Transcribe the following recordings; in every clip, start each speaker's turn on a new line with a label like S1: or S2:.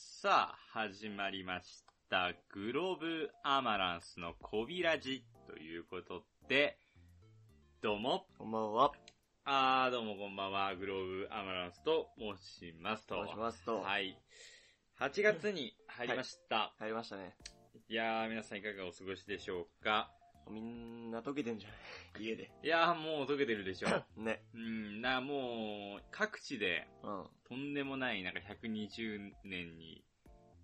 S1: さあ、始まりました。グローブアマランスのコビラジということで、どうも、
S2: こんばんは。
S1: あー、どうもこんばんは、グローブアマランスと申しますと。
S2: お願いしますと。
S1: はい。8月に入りました。
S2: 入りましたね。
S1: い、やー、皆さんいかがお過ごしでしょうか
S2: みんな溶けてんじゃな い家で。
S1: いやー、もう溶けてるでしょう。
S2: ね。
S1: うん、な、もう、各地で、
S2: うん。
S1: とんでもない、なんか120年に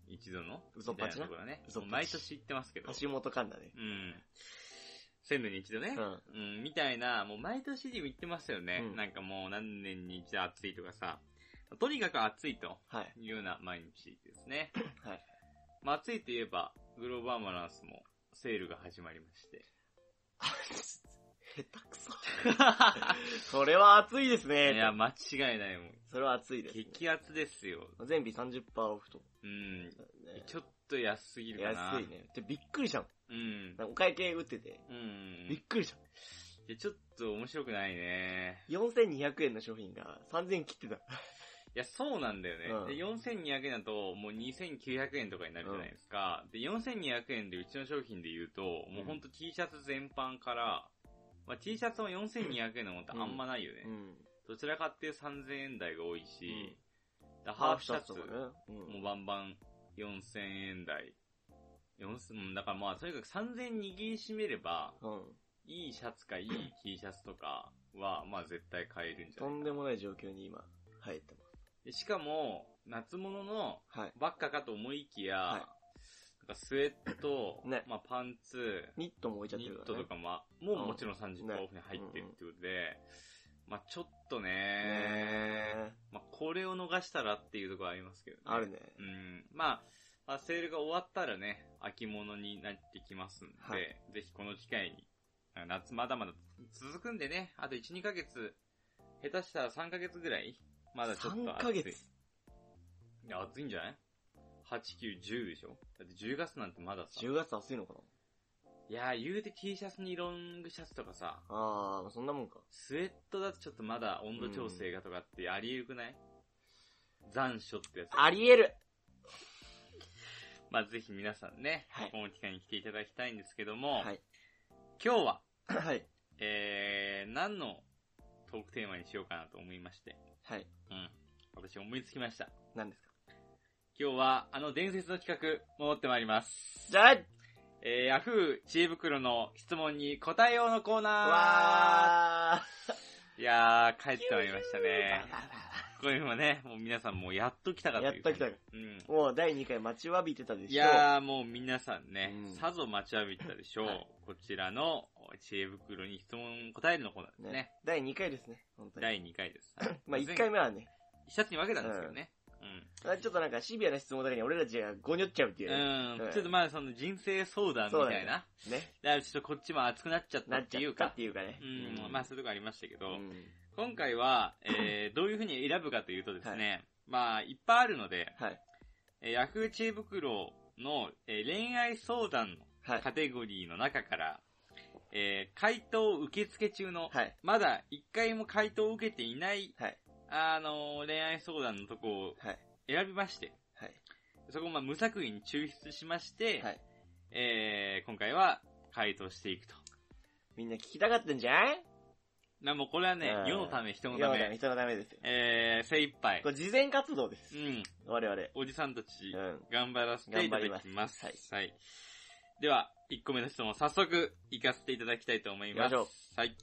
S1: 一度の
S2: 嘘っぱちな
S1: みたいなところね。
S2: 嘘っぱち
S1: 毎年言ってますけど。
S2: 橋本環奈ね
S1: う。ん。1000年に一度ね
S2: う。ん。
S1: うん、みたいな、もう毎年でも言ってますよね。
S2: うん
S1: なんかもう何年に一度暑いとかさ。とにかく暑いと
S2: はい。
S1: いうような毎日ですね。
S2: はい。
S1: まあ暑いといえば、グローバーマランスもセールが始まりまして。
S2: 下手くそ。 それは暑いですね。
S1: いや、間違いないもん。
S2: それは暑いです、ね。
S1: 激熱ですよ。
S2: 全品30%オフと。
S1: うん。
S2: ね
S1: ちょっと安すぎるかな。
S2: 安いね。で、びっくりしたの。
S1: うん。
S2: なんかお会計打ってて。
S1: うん。
S2: びっくりした。
S1: いや、ちょっと面白くないね。
S2: 4200円の商品が3000円切ってた。
S1: いや、そうなんだよね。
S2: うん
S1: で、4200円だと、もう2900円とかになるじゃないですか。で、4200円でうちの商品で言うと、もうほんと T シャツ全般から、まあ、T シャツも4200円のものってあんまないよね。
S2: うん。
S1: どちらかっていう3000円台が多いし、でハ
S2: ハ
S1: ーフ
S2: ーフ
S1: シ
S2: シ
S1: ャ
S2: ャ
S1: ツ
S2: ツ
S1: も
S2: とかね。うん。
S1: バンバン4000円台。4000うん、だからまあ、とにかく3000円握りしめれば、
S2: うん。
S1: いいシャツかいい T シャツとかは、まあ絶対買えるんじゃ
S2: と
S1: ない
S2: んでもない状況に今、入ってます。
S1: でしかも、夏物の
S2: はい。
S1: ばっかかと思いきや、
S2: はい
S1: なんかスウェット、
S2: ね
S1: まあパンツ、
S2: ニットも置いちゃって
S1: ニ
S2: る
S1: ッ
S2: か
S1: ト
S2: らね
S1: と。かも、も
S2: う
S1: うんもちろん30%
S2: ね
S1: オフに入ってるってことで、まあちょっとね
S2: ねえ
S1: まあこれを逃したらっていうところありますけどね。
S2: あるね。
S1: うん。まあ、まあセールが終わったらね、秋物になってきますんで、
S2: はい
S1: ぜひこの機会に、あ夏まだまだ続くんでね、あと1、2ヶ月、下手したら3ヶ月ぐらいまだちょっと
S2: 3
S1: 暑い。
S2: ヶ月。
S1: いや、暑いんじゃない ?8、9、10でしょだって10月なんてまださ。
S2: 10月暑いのかない
S1: やー、言うて T シャツにロングシャツとかさ、
S2: あー、そんなもんか。
S1: スウェットだとちょっとまだ温度調整がとかってありえるくない、残暑ってやつ。
S2: ありえる
S1: まあぜひ皆さんね、
S2: はい
S1: この機会に来ていただきたいんですけども、
S2: はい。
S1: 今日は、
S2: はい。
S1: えー、何のトークテーマにしようかなと思いまして、
S2: はい。
S1: うん。私思いつきました。
S2: 何ですか
S1: 今日は、あの伝説の企画、戻ってまいります。
S2: じゃあ
S1: えー、ヤフー知恵袋の質問に答えようのコーナ
S2: わ
S1: ーいやー、帰ってまいりました
S2: ー
S1: ね。これもね、もう皆さんもうやっと来たかと
S2: やっ
S1: いう。
S2: と来た。
S1: うん。
S2: もう第2回待ちわびてたでしょ。
S1: いやー、もう皆さんね、
S2: うん
S1: さぞ待ちわびてたでしょう。
S2: はい
S1: こちらの知恵袋に質問答えるのコーナーですね。
S2: ね。第2回ですね。本当に。
S1: 第2回です。はい
S2: まあ1回。目はね、
S1: 一冊に分けたんですけどね。うん。
S2: ちょっとなんかシビアな質問だけに俺たちがゴニョっちゃうっていうね。
S1: うん、
S2: はい
S1: ちょっとまあその人生相談み
S2: そうだ
S1: たい
S2: ね
S1: な。だ
S2: ね。
S1: からちょっとこっちも熱くなっちゃった
S2: な
S1: っ
S2: っち
S1: て
S2: ゃ
S1: い
S2: っ
S1: う
S2: た
S1: か
S2: っ。ていうかね。
S1: うん、まあそういうとこありましたけど、
S2: うん
S1: 今回は、えー、どういう風に選ぶかというとですね、まあ、いっぱいあるので、
S2: はい。
S1: えー、ヤフー知恵袋の、えー恋愛相談
S2: は
S1: の
S2: い。
S1: カテゴリーの中から、えー、回答受付中の、
S2: はい。
S1: まだ一回も回答を受けていない、
S2: はい。
S1: あのー恋愛相談のとこを
S2: はい。
S1: 選びまして、
S2: はい。
S1: そこをまあ無作為に抽出しまして、
S2: はい。
S1: えー、今回は回答していくと。
S2: みんな聞きたかったんじゃない
S1: な、もうこれはね
S2: う、ん
S1: 世のため、人の
S2: 世
S1: た
S2: のため
S1: め、
S2: 人のためですよ。
S1: えー、精一杯
S2: こ。れ事前活動で
S1: う
S2: す。
S1: ん、
S2: 我々。
S1: おじさんたち、
S2: うん。
S1: 頑張らせていただき
S2: 頑張り
S1: ま。
S2: ますすはい
S1: はい。では、1個目の質問、早速、行かせていただきたいと思います。
S2: 行きま
S1: は
S2: し
S1: い。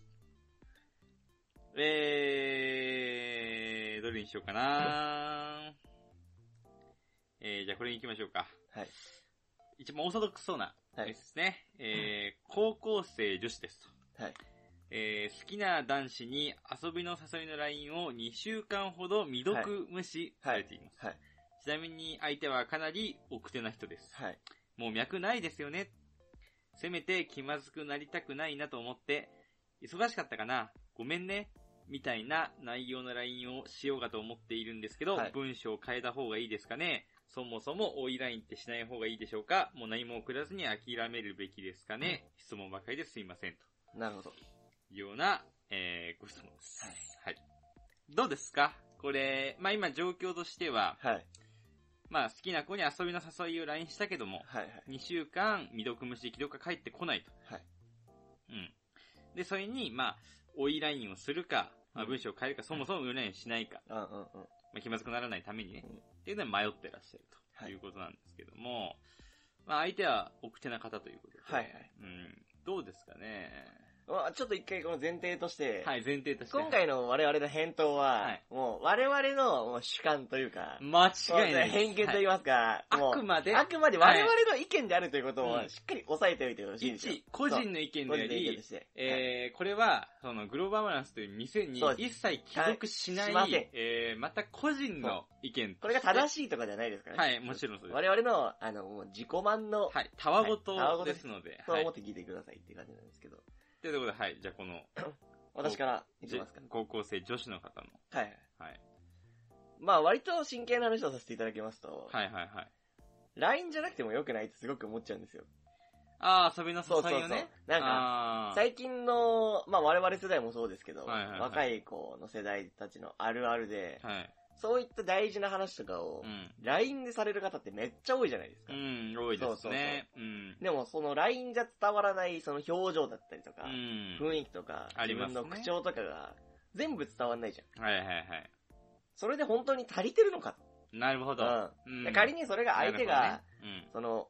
S1: えー、どれにしようかなえー、じゃあこれに行きましょうか。
S2: はい。
S1: 一番オーソドックスそうな、
S2: はい
S1: ですね。えー、高校生女子ですと。
S2: はい。
S1: えー好きな男子に遊びの誘いの LINE を2週間ほど未読無視されています。
S2: はい。
S1: ちなみに相手はかなり奥手な人です。
S2: はい。
S1: もう脈ないですよね。せめて気まずくなりたくないなと思って、忙しかったかなごめんね。みたいな内容の LINE をしようかと思っているんですけど、
S2: はい
S1: 文章を変えた方がいいですかねそもそも追い LINE ってしない方がいいでしょうかもう何も送らずに諦めるべきですかね、質問ばかりですいません。と
S2: なるほど。
S1: いうような、えー、ご質問です。
S2: はい。
S1: はい。どうですかこれ、まあ、今状況としては、
S2: はい。
S1: まあ好きな子に遊びの誘いを LINE したけども、
S2: はいはい。
S1: 2週間未読無視で既読が返ってこないと。
S2: はい。
S1: うん。で、それに、まあ、追い LINE をするか、まあ、
S2: うん
S1: 文章を変えるか、そもそも無 LINE しないか、
S2: うんうんうん。
S1: まあ、気まずくならないためにね
S2: うん、
S1: っていうのは迷ってらっしゃると
S2: はい
S1: いうことなんですけども、まあ相手は奥手な方ということで、
S2: はいはい。
S1: うん。どうですかね
S2: まあちょっと一回この前提として、
S1: はい、前提として。
S2: 今回の我々の返答は、
S1: はい
S2: もう我々のもう主観というか、
S1: 間違いないです。
S2: 偏見と言い
S1: は
S2: ますか、も
S1: い、あく
S2: う
S1: まで、
S2: あくまで我々の意見であるということ
S1: は
S2: を
S1: い
S2: しっかり押さえておいてほしいんですよ。
S1: 一、個人の意見
S2: 個
S1: であ
S2: 人の意見と
S1: り
S2: し、て。はい
S1: えー、これは、その、グローバーバランスという店に
S2: そう
S1: 一切帰属しない、
S2: しません
S1: えー、また個人の意見
S2: これが正
S1: し
S2: しいとかじゃないですからね。
S1: はい、もちろんそうです。
S2: 我々の、あの、もう自己満の、
S1: はい、たわご
S2: はい戯
S1: と
S2: 言で
S1: ですすので、
S2: と
S1: はい。
S2: 思って聞いてくださいっていう感じなんですけど。
S1: ということで、はい、じゃあこの、
S2: 私からいきますか。
S1: 高校生女子の方の、
S2: はいはい。
S1: はい。
S2: まあ割と真剣な話をさせていただきますと、
S1: はいはいはい。
S2: LINE じゃなくても良くないってすごく思っちゃうんですよ。
S1: あー、遊びの
S2: そうそう
S1: 誘い
S2: そ。
S1: うをね。
S2: なんか、
S1: あー
S2: 最近の、まあ我々世代もそうですけど、
S1: はいはいはい
S2: 若い子の世代たちのあるあるで、
S1: はい。
S2: そういった大事な話とかを
S1: う、ん。
S2: LINE でされる方ってめっちゃ多いじゃないですか。
S1: うん、多いですね。うん。
S2: でもその LINE じゃ伝わらないその表情だったりとか
S1: う、ん。
S2: 雰囲気とか、
S1: あ
S2: 自
S1: ります
S2: 分
S1: ね
S2: の口調とかが、全部伝わんないじゃん。
S1: はいはいはい。
S2: それで本当に足りてるのか。
S1: なるほど。
S2: うんで仮
S1: に
S2: にそれが相手が、、
S1: うん。
S2: その、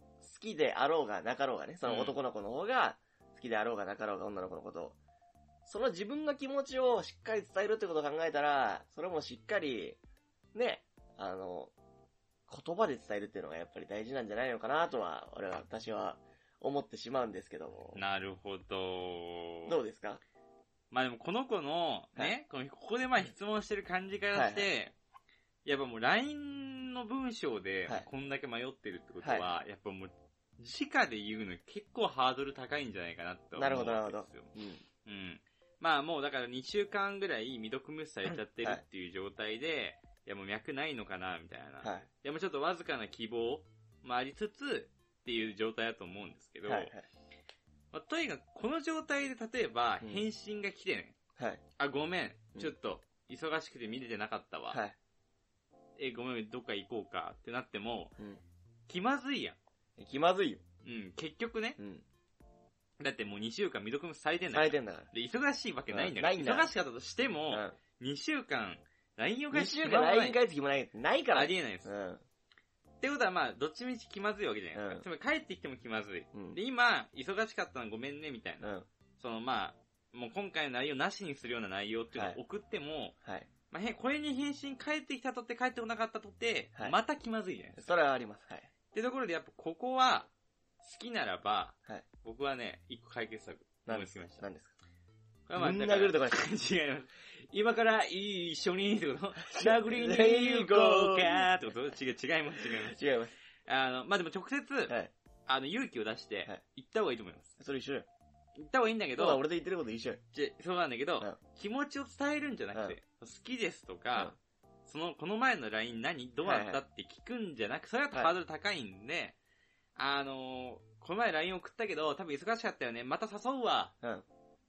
S2: 好きであろうがなかろうがね、その男の子の方が、好きであろうがなかろうが女の子のことを、その自分の気持ちをしっかり伝えるってことを考えたら、それもしっかり、ね、あの、言葉で伝えるっていうのがやっぱり大事なんじゃないのかなとは、俺は、私は思ってしまうんですけども。
S1: なるほど。
S2: どうですか
S1: まあでもこの子の、ね、こ
S2: は
S1: のここでまあ質問してる感じからして、やっぱもう LINE の文章で
S2: はい
S1: こんだけ迷ってるってことは、やっぱもう、直で言うの結構ハードル高いんじゃないかなって思う
S2: なるほどなる
S1: わ
S2: ほ
S1: け
S2: ど
S1: ですよ。
S2: うん。
S1: うん。まあもうだから2週間ぐらい未読無視されちゃってるっていう状態で、い、やもう脈ないのかな、みたいな。い、
S2: はい。
S1: やもうちょっとわずかな希望もありつつっていう状態だと思うんですけど、
S2: はいはい。
S1: まあ、とにかくこの状態で例えば
S2: うん
S1: 返信が来てね、
S2: はい。
S1: あ、ごめん
S2: う。ん
S1: ちょっと、忙しくて見れてなかったわ。
S2: はい。
S1: え、ごめん、どっか行こうかってなっても、
S2: うん
S1: 気まずいやん。
S2: 気まずいよ。
S1: うん、結局ね。
S2: うん。
S1: だってもう2週間未読もされてんだ
S2: さ
S1: か
S2: れ
S1: ら。
S2: てんだか
S1: で、忙しいわけないんだから。
S2: うんないんだ
S1: 忙しかったとしても、
S2: ら。
S1: 2週間、LINE を
S2: うん。2
S1: 返し
S2: 週間 LINE
S1: て
S2: 返す気もない。ないから。
S1: ありえないです。
S2: う
S1: っ
S2: ん。
S1: てことはまあ、どっちみち気まずいわけじゃないですか。つまり帰ってきても気まずい。
S2: うん。
S1: で、今、忙しかったのごめんね、みたいな。
S2: うん。
S1: そのまあ、もう今回の内容なしにするような内容っていうのを送っても、
S2: はい。
S1: まあ、へこれに返信返ってきたとって返ってこなかったとって、
S2: はい
S1: また気まずいじゃないですか。
S2: それはあります。はい。
S1: ってところでやっぱここは、好きならば、
S2: はい
S1: 僕はね、一個解決策
S2: な
S1: 思
S2: ん
S1: い
S2: で
S1: つ
S2: す
S1: き
S2: か
S1: ました。
S2: 何ですか
S1: これはまあ
S2: ぶん
S1: だから
S2: 殴るとか
S1: 違います。 今からいい一緒にってこと 殴りに行こうかってこと違う、違います、違います。
S2: 違います。
S1: あの、まあ、でも直接、
S2: はい。
S1: あの、勇気を出して
S2: はい、
S1: 行った方がいいと思います。
S2: それ一緒よ。
S1: 行った方がいいんだけ
S2: そうだ、
S1: ど、
S2: 俺と言ってること一緒よ。
S1: ちそうなんだけど、
S2: うん
S1: 気持ちを伝えるんじゃなくて、好きですとか、
S2: うん
S1: その、この前の LINE 何どうだったって聞くんじゃなく、それだとハードル高いんで、あのーこの前 LINE 送ったけど、多分忙しかったよね、また誘うわ、
S2: うん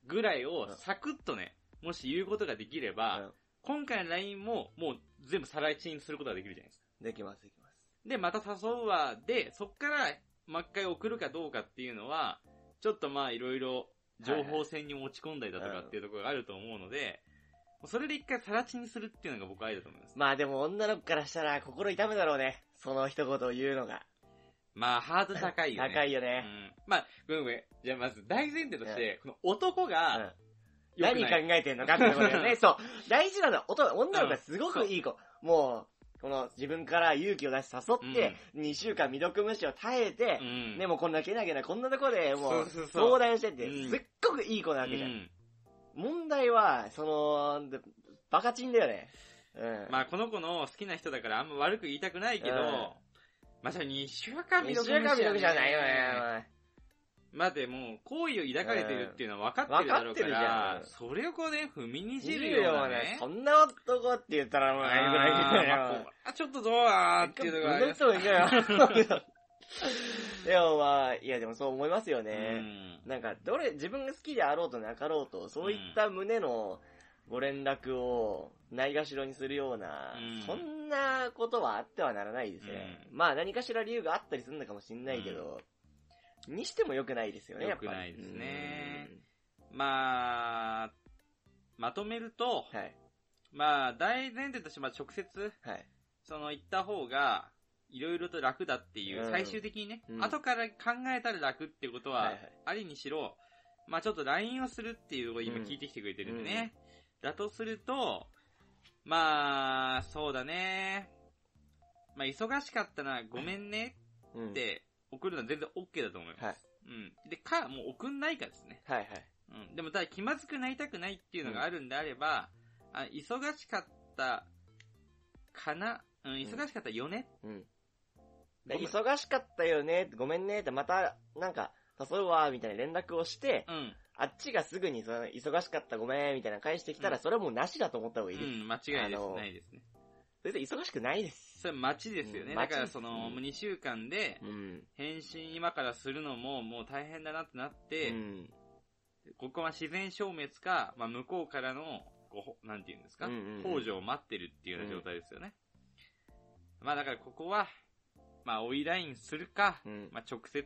S1: ぐらいを
S2: うん
S1: サクッとね、もし言うことができれば、
S2: うん
S1: 今回の LINE ももう全部さらいちにすることができるじゃないですか。
S2: できます、できます。
S1: で、また誘うわ、で、そっから、もう一回送るかどうかっていうのは、ちょっとまあいろいろ情報戦に持ち込んだりだとかっていうところがあると思うので、それで一回さらちにするっていうのが僕はありだと思います。
S2: まあでも女の子からしたら心痛むだろうね。その一言を言うのが。
S1: まあ、ハードル高いよね。
S2: 高
S1: い。
S2: いうよね。
S1: ん。まあ、ごめんごめん。じゃあまず大前提として、この男が、良く
S2: 何
S1: な
S2: 考
S1: い
S2: えてんのかってことだ よね。そう。大事なのは男、女の子はすごくいい子。もう、この自分から勇気を出して誘って、2週間未読無視を耐えて
S1: う、ん。
S2: でもうこんなけなげなこんなとこでもう
S1: そうそうそう
S2: 相談してって、
S1: うん
S2: すっごくいい子なわけじゃ。
S1: うんん
S2: 問題は、その、でバカチンだよね。うん。
S1: まあ、この子の好きな人だからあんま悪く言いたくないけど、
S2: うん
S1: まあ、それ2週間
S2: 一
S1: 見
S2: 週
S1: ろ
S2: 間未読じゃないよね。
S1: まあ、でも、好意を抱かれてるっていうのは分かってるだろうか、
S2: うん分からってる
S1: それをこうね、踏みに
S2: い
S1: じ
S2: る
S1: るよう
S2: よ
S1: な
S2: ね
S1: ね。。
S2: そんな男って言ったらもう、あれぐらいだ
S1: あーまあ
S2: よ
S1: こ。うあちょっとどうだーっていうのがあります。
S2: いや でもまあ、いやでもそう思いますよ
S1: う
S2: ね。
S1: ん
S2: なんか、どれ、自分が好きであろうとなかろうと、そういった胸の、ご連絡をないがしろにするような、
S1: うん
S2: そんなことはあってはならないですね。まあ何かしら理由があったりするのかもしんないけど、にしても良くないですよね、やっぱり。
S1: 良くないですねまあ、まとめると、
S2: うん。はい。
S1: まあ、大前提として、まあ、直接、
S2: はい。
S1: その、行った方が、いろいろと楽だっていう、
S2: うん
S1: 最終的にね、
S2: うん
S1: 後から考えたら楽ってことは
S2: は
S1: い
S2: はい、
S1: ありにしろ、まあちょっと LINE をするっていうのを今
S2: うん
S1: 聞いてきてくれてるんでね。だとすると、まあ、そうだね。まあ、忙しかったな、ごめんね
S2: うん
S1: っ。て送るのは全然 OK だと思います。
S2: はい
S1: うん。で、か、もう送んないかですね。
S2: はいはい。
S1: うん。でも、ただ気まずくなりたくないっていうのがあるんであれば、あ忙しかったかな、うん、忙しかったよね。
S2: うん。
S1: ごめん
S2: 忙しかったよね、ごめんねって、また、なんか、誘うわ、みたいな連絡をして、
S1: うん。
S2: あっちがすぐにその、忙しかったごめん、みたいな返してきたら、
S1: うん
S2: それはもうなしだと思った方が
S1: う
S2: いいです。
S1: ん、間違いで
S2: あ
S1: す。
S2: の
S1: ないですね。
S2: それで忙しくないです。
S1: それ待ちですよね。
S2: うん
S1: だから
S2: 待ち
S1: その、
S2: うん
S1: 2週間で、
S2: うん。
S1: 返信今からするのももう大変だなってなっ
S2: う
S1: て、
S2: ん。
S1: ここは自然消滅か、まあ、向こうからの、こう、なんて言うんですか、
S2: うんうんうん
S1: 控除を待ってるっていうような状態ですよね。まあだからここは、まあ追いラインするか、
S2: うん。
S1: まあ直接、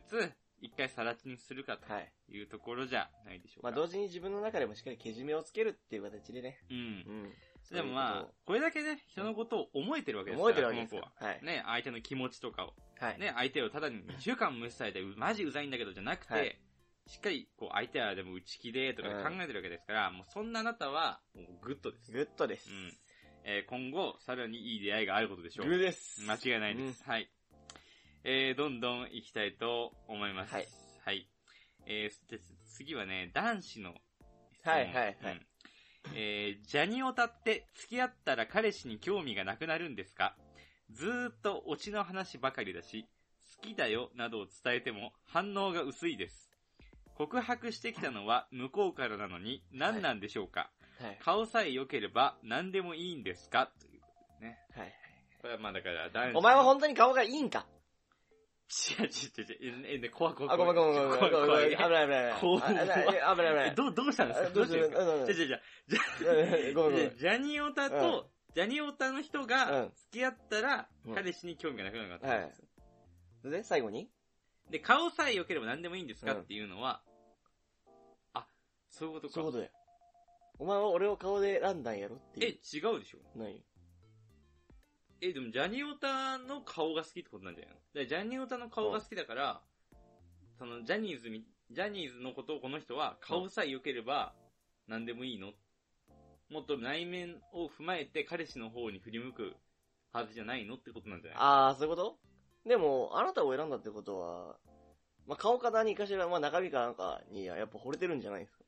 S1: 一回さらちにするか
S2: はい。
S1: というところじゃないでしょう
S2: ま
S1: か。
S2: あ、同時に自分の中でもしっかりけじめをつけるっていう形でね。
S1: うん
S2: う。ん。
S1: でもまあ、これだけね、人のことを思えてるわけですから、
S2: 覚えてるわけです
S1: この子
S2: よ
S1: は。。
S2: はい。
S1: ね、相手の気持ちとかを。
S2: はい。
S1: ね、相手をただに2週間無視されて、うマジうざいんだけどじゃなくて、
S2: はい
S1: しっかり、こう、相手はでも打ち気で、とか
S2: うん
S1: 考えてるわけですから、もうそんなあなたは、もうグッドです。
S2: グッドです
S1: う。ん。えー今後、さらにいい出会いがあることでしょ
S2: グー
S1: う。
S2: です。
S1: 間違いないです。はい。えー、どんどん行きたいと思います。
S2: はい。
S1: はい。えー、で次はね、男子の質問。
S2: はいはいはい
S1: うんえー、ジャニオタって付き合ったら彼氏に興味がなくなるんですかずーっとオチの話ばかりだし、好きだよなどを伝えても反応が薄いです。告白してきたのは向こうからなのに何なんでしょうか、
S2: はい。
S1: 顔さえ良ければ何でもいいんですかという。
S2: はい。
S1: これはまあだから男子の
S2: お前は本当に顔がいいんか
S1: 違う違う違う。え、え、ね怖い怖
S2: あ、
S1: い
S2: ごめ
S1: 怖
S2: ん
S1: い。
S2: ごめんごめんごめんご
S1: 怖
S2: めん。
S1: い怖い
S2: 危ない危ない危ない。あああ危ない危ない
S1: え。どう、どうしたんですか
S2: あ
S1: ど
S2: ど
S1: う
S2: う
S1: し
S2: したよ
S1: ん
S2: う
S1: ですか
S2: うんうん
S1: 違う違う違う。
S2: うん ごめんごめん
S1: でジャニオタと、ジャニオタの人
S2: う
S1: が
S2: ん
S1: 付き合ったら
S2: う、ん
S1: 彼氏に興味がなくなるのか
S2: はいそれで、最後に
S1: で、顔さえ良ければ何でもいいんですか
S2: うん
S1: っていうのは、あ、そういうこと
S2: そういうこ
S1: か。
S2: とだよ。お前は俺を顔で選んだんやろって
S1: え、違
S2: いう。
S1: うでしょ
S2: え何
S1: え、でもジャニオタの顔が好きってことなんじゃないのでジャニオタの顔が好きだから、そのジャニーズみ、ジャニーズのことをこの人は顔さえ良ければ何でもいいのもっと内面を踏まえて彼氏の方に振り向くはずじゃないのってことなんじゃない
S2: あー、そういうことでも、あなたを選んだってことは、まあ、顔か何かしら、まあ、中身かなんかに、やっぱ惚れてるんじゃないですか。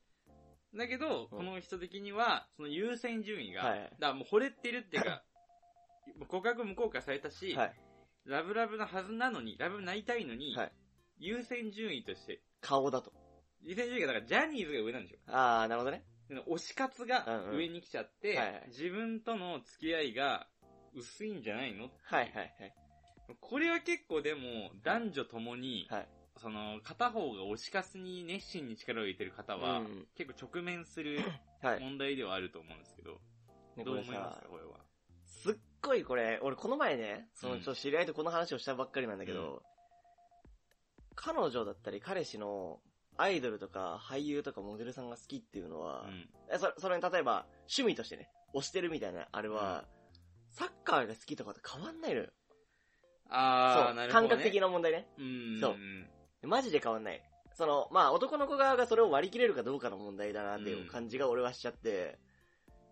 S1: だけど、
S2: うん
S1: この人的には、その優先順位が、
S2: はい
S1: だからもう惚れてるっていうか、 告白向こうからされたし、
S2: はい。
S1: ラブラブなはずなのに、ラブラブになりたいのに、
S2: はい
S1: 優先順位として、
S2: 顔だと。
S1: 優先順位がだからジャニーズが上なんでしょ
S2: あー、なるほどね。
S1: その推し活が上に来ちゃって、
S2: うんうんはいはい
S1: 自分との付き合いが薄いんじゃないの
S2: はいはいはい。
S1: これは結構でも、男女ともに、
S2: はい
S1: その、片方が推し活に熱心に力を入れてる方は、
S2: うん
S1: 結構直面する
S2: はい。
S1: 問題ではあると思うんですけど、ど
S2: ね
S1: う
S2: これ
S1: 思います
S2: さ
S1: か、、これは。
S2: すっごいこれ、俺この前ね、その
S1: うん
S2: ちょっと知り合いとこの話をしたばっかりなんだけど、彼女だったり彼氏のアイドルとか俳優とかモデルさんが好きっていうのは、
S1: うん。
S2: えそそれに例えば趣味としてね、推してるみたいな、あれは、サッカーが好きとかと変わんないのよ。
S1: あ
S2: そ
S1: ー、
S2: う、
S1: なるほど、ね。
S2: 感覚的
S1: な。
S2: な問題ね。
S1: うん。
S2: そうマジで変わんない。その、まあ男の子側がそれを割り切れるかどうかの問題だなっていう感じが俺はしちゃって、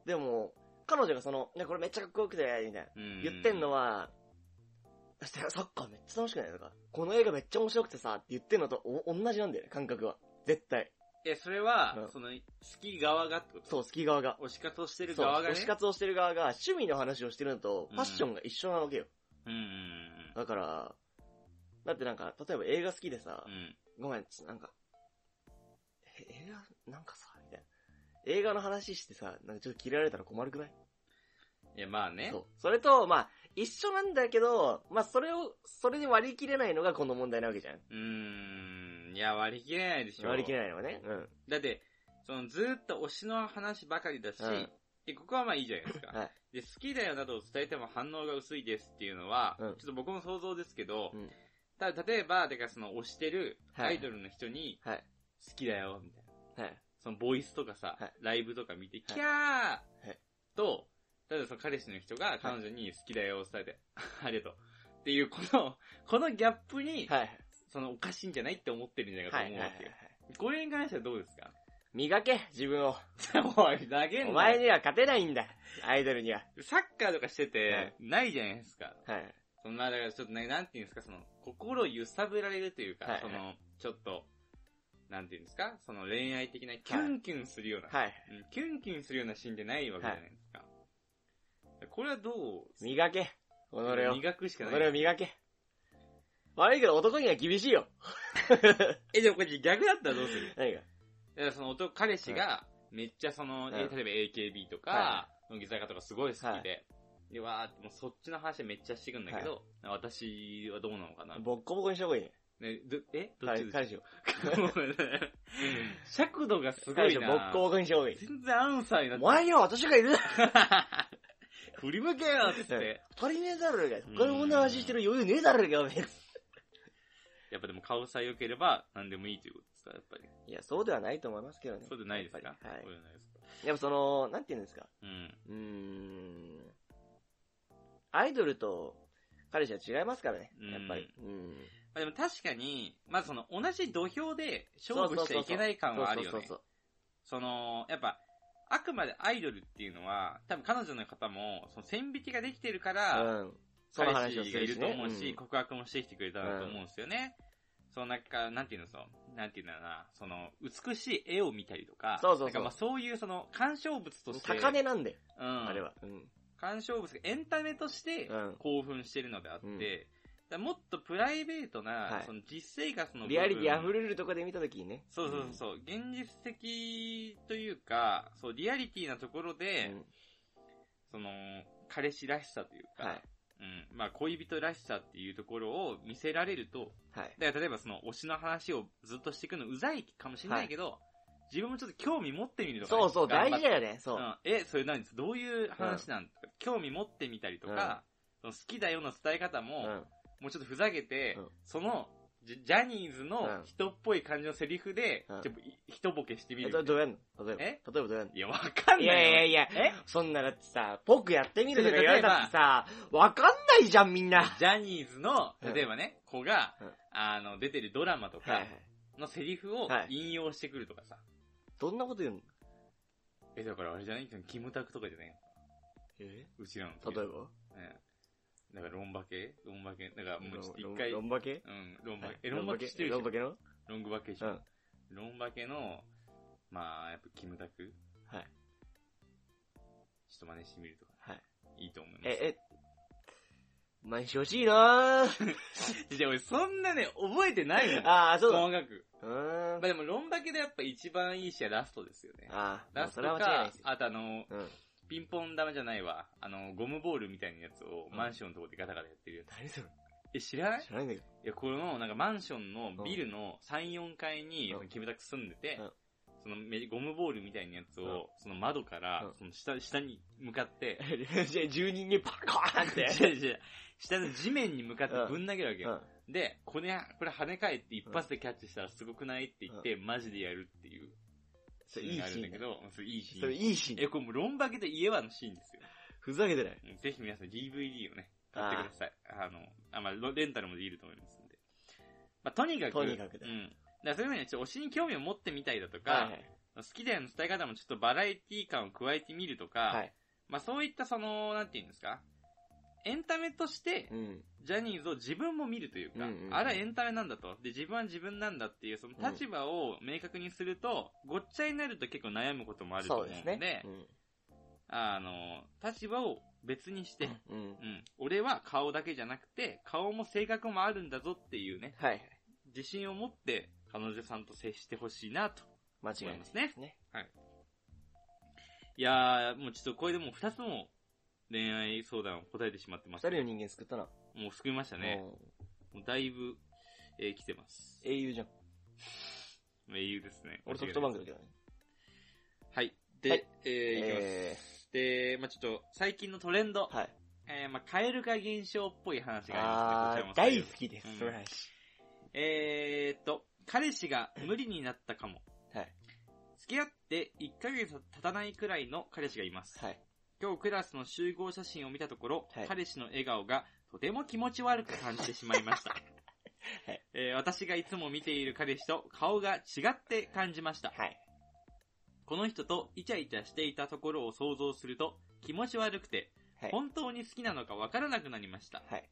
S2: でも、彼女がその、ね、これめっちゃかっこよくて、みたいな。
S1: うん。
S2: 言ってんのは、サッカーめっちゃ楽しくないとか、この映画めっちゃ面白くてさ、って言ってんのとお同じなんだよね、感覚は。絶対。
S1: え、それは、
S2: うん
S1: その、好き側がってこと
S2: そう、好き側が。
S1: 推し活をしてる
S2: そう、
S1: 側がね。
S2: 推し活をしてる側が趣味の話をしてるのと、
S1: うん
S2: ファッションが一緒なわけよ。
S1: うんうん
S2: だから、だってなんか、例えば映画好きでさ
S1: うん。う、ん。
S2: ごめん、ちなんか、え映画、なんかさ、みたいな。映画の話してさ、なんかちょっと切られたら困るくない
S1: いや、まあね。
S2: そう。それと、まあ、一緒なんだけど、まあ、それを、それで割り切れないのがこの問題なわけじゃん。
S1: うーん。いや、割り切れないでしょ。
S2: 割り切れないのはね。うん。
S1: だって、そのずーっと推しの話ばかりだし、
S2: うん
S1: で、ここはまあいいじゃないですか。
S2: はい
S1: で、好きだよなどを伝えても反応が薄いですっていうのは、
S2: うん
S1: ちょっと僕も想像ですけど、
S2: うん
S1: ただ例えば、だからその推してる
S2: はい
S1: アイドルの人に、
S2: はい
S1: 好きだよ、みたいな。
S2: はい。
S1: そのボイスとかさ、
S2: はい
S1: ライブとか見て、キャー、
S2: い
S1: と、ただその彼氏の人が彼女に好きだよを伝えて、ありがとう。っていう、この、このギャップに、
S2: はい。
S1: そのおかしいんじゃないって思ってるんじゃないか
S2: は
S1: と
S2: い。
S1: 思う
S2: は
S1: わ
S2: い
S1: けよ。これに関してはどうですか
S2: 磨け、自分を。
S1: もう投げんな
S2: お前には勝てないんだ。アイドルには。
S1: サッカーとかして
S2: は
S1: て
S2: い、
S1: ないじゃないですか。
S2: はい。
S1: そのまあだからちょっとね、なんていうんですか、その、心を揺さぶられるというか、
S2: はいはい
S1: その、ちょっと、なんていうんですか、その恋愛的なキュンキュンするような、
S2: はい。
S1: うんキュンキュンするようなシーンでないわけじゃないですか。これはどう
S2: 磨け。己を。己
S1: 磨くしかな
S2: を
S1: い。
S2: 磨け。悪いけど男には厳しいよ。
S1: え、でもこれ逆だったらどうする
S2: 何が
S1: だからその男、彼氏が、めっちゃその、え
S2: うん
S1: 例えば AKB と
S2: は
S1: か、乃木坂とかすごい好きで、で、わーって、もうそっちの話めっちゃしてくんだけど、私はどうなのかな、
S2: ボッコボコにした方がいいね。
S1: ね、どえどっち
S2: 彼
S1: です か
S2: 彼氏を。
S1: 尺度がすご
S2: 彼
S1: い
S2: 氏を
S1: な。
S2: ボッコボコにした方がいい。
S1: 全然アンサーにな
S2: お
S1: ってない
S2: 前には私がいる
S1: 振り向けよっつっ
S2: うん
S1: て。
S2: 足りねえだろうが。他の女の話してる余裕ねえだろうが、おめえ
S1: やっぱでも顔さえ良ければ何でもいいということですか、やっぱり。
S2: いや、そうではないと思いますけどね。
S1: そうじゃないですか
S2: やっぱりはい
S1: そうじゃないですか。
S2: やっぱその、なんて言うんですか。
S1: うん。
S2: うーん。アイドルと彼氏は違いますからね。やっぱり。うん。
S1: まあでも確かに、まずその同じ土俵で勝負しちゃいけない感はあるよ
S2: そう
S1: ね
S2: そう。そう
S1: その、やっぱ、あくまでアイドルっていうのは、多分彼女の方も、その線引きができてるか
S2: そう。
S1: ら、
S2: うん。その
S1: 彼
S2: 話を
S1: 氏
S2: す
S1: が
S2: る
S1: い
S2: し
S1: ると
S2: ね。
S1: 思うし、告白もしてきてくれたんだと思うんですよね。そのなんか、なんていうのそう、なんていうんだろうな、その、美しい絵を見たりとか、
S2: そうそうそう
S1: なんかまあそういうその、鑑賞物
S2: う
S1: と
S2: ん
S1: して、
S2: 高値なんで、
S1: うん、
S2: あれは。うん。
S1: 鑑賞物、エンタメとして
S2: うん
S1: 興奮してるのであって、
S2: うん
S1: だからもっとプライベートな、
S2: はい
S1: その実生活の部分
S2: リアリティ溢れるとこで見たときにね。
S1: そうそうそう、現実的というか、そう、リアリティなところ
S2: うん。
S1: で、その、彼氏らしさという
S2: うん
S1: か、
S2: はい。
S1: うん、まあ恋人らしさっていうところを見せられると、
S2: はい。
S1: だから例えばその推しの話をずっとしていくのうざいかもしれないけど、自分もちょっと興味持ってみるとかね、
S2: そうそう、大事
S1: よ。
S2: だよね。そうう。
S1: ん、え、それ何どういう話なんとか、興味持ってみたりとか、その好きだよの伝え方
S2: う
S1: も、
S2: ん。
S1: もうちょっとふざけて、
S2: うん
S1: その、ジャジャニーズ
S2: う
S1: の
S2: ん
S1: 人っぽい感じのセリフで、
S2: うん
S1: ちょっとい一ボケしてみ
S2: え
S1: るみ
S2: ど
S1: たいな。
S2: どうやんの例えば。
S1: え
S2: 例えばどうやんの
S1: いや、わかんない
S2: い
S1: よ。
S2: やいやいや、
S1: え
S2: そんなだってさ、僕やってみるとか言われたってさ、わかんないじゃんみんな。
S1: ジャニーズの、
S2: うん
S1: 例えばね、子が
S2: うん、
S1: あの、出てるドラマと
S2: はいは
S1: か
S2: い。
S1: のセリフを
S2: はい
S1: 引用してくるとかさ。
S2: どんなこと言うの
S1: え、だからあれじゃないキムタクとかじゃない
S2: え
S1: うちらの
S2: 例
S1: 時。
S2: えば
S1: ええだからロンバケロンバケだからもうちょっと一回、う
S2: ロ
S1: ん、
S2: ンバケ
S1: ロンバケ。え、ロンバケしてるで
S2: ロ
S1: し
S2: ン
S1: ょ
S2: バケの
S1: ロングバケーシ
S2: う
S1: ョ
S2: ん。
S1: ン。
S2: は
S1: ロンバケの、まあ、やっぱキムタク
S2: い。
S1: ちょっと真似してみるとか。
S2: はい。
S1: いいと思います。
S2: え、え、毎日欲しいなぁ。
S1: え、じゃあ俺そんなね、覚えてないの。
S2: あー、そうだ。
S1: 細かく。
S2: うー
S1: ま
S2: ん
S1: あ。でもロンバケでやっぱ一番いい試合ラストですよね。
S2: あー、も
S1: ラ
S2: う
S1: ス
S2: そ
S1: ト
S2: れは間違いない
S1: か
S2: です、よ。
S1: あとあの、
S2: うん。
S1: ピンポン玉じゃないわ。あの、ゴムボールみたいなやつをマンションのとこでガタガタやってるやつ。
S2: 何それ
S1: え、知らない
S2: 知らないんだけど。
S1: いや、この、なんかマンションのビルの3、4階に
S2: うん
S1: そのキムタク住んでて
S2: うん、
S1: そのめゴムボールみたいなやつ
S2: うん
S1: を、その窓から
S2: うん、
S1: その下、下に向か って、
S2: じゃあ住人にパコーンって。
S1: 違う違う下の地面に向かってぶん投げるわけ
S2: う
S1: よ。
S2: ん。
S1: で、これ、これ跳ね返って一発でキャッチしたらすごくないって言って、マジでやるっていう
S2: それ
S1: シーン
S2: いい
S1: があるん
S2: シー
S1: だ
S2: ン
S1: け
S2: だ。
S1: ど、それいいシ
S2: それ
S1: ーン。
S2: いいシー
S1: え、
S2: ン。
S1: これもうロンバケといえばのシーンですよ。
S2: ふざけてない。
S1: ぜひ皆さん DVD をね、買ってください。あの、あ、まあ、ロレンタルもできると思いますんで。まあ、とにかく、
S2: とにかく
S1: う
S2: だ
S1: ん。だからそういうふうに、ちょっと推しに興味を持ってみたりだとか、
S2: はいはい。
S1: 好きだよの伝え方もちょっとバラエティ感を加えてみるとか、
S2: はい。
S1: まあ、そういったその、なんていうんですか、エンタメとして
S2: う、ん。
S1: ジャニーズを自分も見るというか、
S2: うんうんうん
S1: あれはエンタメなんだと。で、自分は自分なんだっていう、その立場を明確にすると、ごっちゃになると結構悩むこともあると
S2: そ
S1: 思う
S2: う
S1: ので、
S2: ですね。うん
S1: あの、立場を別にして、
S2: うん。
S1: うん。俺は顔だけじゃなくて、顔も性格もあるんだぞっていうね、
S2: はいはい。
S1: 自信を持って彼女さんと接してほしいなと
S2: 間違い
S1: 思
S2: ないい
S1: ますね。
S2: ね。
S1: いやー、もうちょっとこれでもう二つも恋愛相談を答えてしまってま
S2: 二
S1: した。
S2: 人の
S1: も
S2: 人間救ったな。
S1: う救いましたね。
S2: もう
S1: もうだいぶ、えー来てます。
S2: 英雄じゃん。
S1: 英雄ですね。
S2: 俺ソフトバンクだけどね。
S1: はい。で、
S2: はい
S1: えー、いきます。
S2: え
S1: して、まあちょっと、最近のトレンド、
S2: はい。
S1: えー、まあカエル化現象っぽい話が
S2: あ
S1: あり
S2: ー、
S1: ますね。こちらもそうい
S2: 大
S1: う
S2: 好きです。
S1: うん
S2: 素晴らしい。
S1: えーっと、彼氏が無理になったかも。
S2: はい。
S1: 付き合って1ヶ月経たないくらいの彼氏がいます。
S2: はい。
S1: 今日クラスの集合写真を見たところ、
S2: はい
S1: 彼氏の笑顔がとても気持ち悪く感じてしまいま した。
S2: い
S1: えー私がいつも見ている彼氏と顔が違って感じました。
S2: はい。
S1: この人とイチャイチャしていたところを想像すると気持ち悪くて、
S2: はい
S1: 本当に好きなのかわからなくなりました。
S2: はい。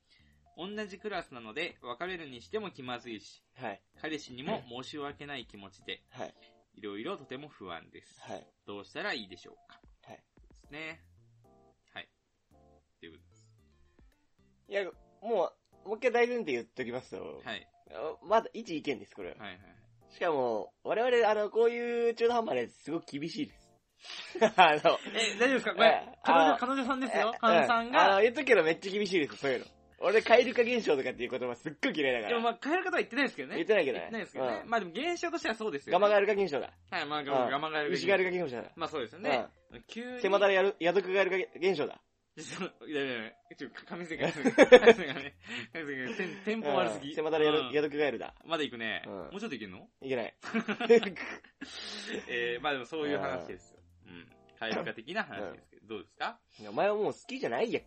S1: 同じクラスなので別れるにしても気まずいし、
S2: はい。
S1: 彼氏にも申し訳ない気持ちで、
S2: はい。
S1: いろいろとても不安です。
S2: はい。
S1: どうしたらいいでしょうか。
S2: はい
S1: ですね。はい。ということです。
S2: いや、もう、もう一回大前提言っときますと、
S1: はい。
S2: あまだ一意見です、これは。
S1: はいはい。
S2: しかも、我々、あの、こういう中途半端なやつ、すごく厳し いです。あの、
S1: え、大丈夫ですかこ
S2: え
S1: れ、彼
S2: あ
S1: 女、彼女さんですよ
S2: え
S1: 彼女さん
S2: うあの、
S1: が。
S2: 言っとくけどめっちゃ厳しいです、そういうの。俺、蛙化現象とかっていう言葉すっごい嫌いだか
S1: でも
S2: ら。
S1: まあ、変える方は言ってないですけどね。
S2: 言ってないけど
S1: 言っ
S2: ね
S1: てないですけどね。
S2: うん
S1: まあでも現象としてはそうですよ。
S2: ガマガ
S1: エ
S2: エル化現象だ。
S1: ル。はい、まあガ
S2: う
S1: マ
S2: ん
S1: ガマガエル。
S2: 牛ガエル化現象だ。
S1: まあそうですよ
S2: う
S1: ね
S2: ん。。
S1: 急に。
S2: セマダラやる、ヤドクガエル化現象だ。
S1: ちょっといやいやいや、ちょっと、神瀬 が、神瀬がね、神瀬がね、テンテンポ悪すぎ。
S2: セマダラヤ
S1: うん
S2: ドヤドクガエルだ。
S1: まだ行くね。
S2: うん
S1: もうちょっといけんの
S2: い けない。
S1: えー、まあでもそういう話ですよ。うん。カエル化的な話ですけど、どうですか
S2: お前はもう好きじゃないや。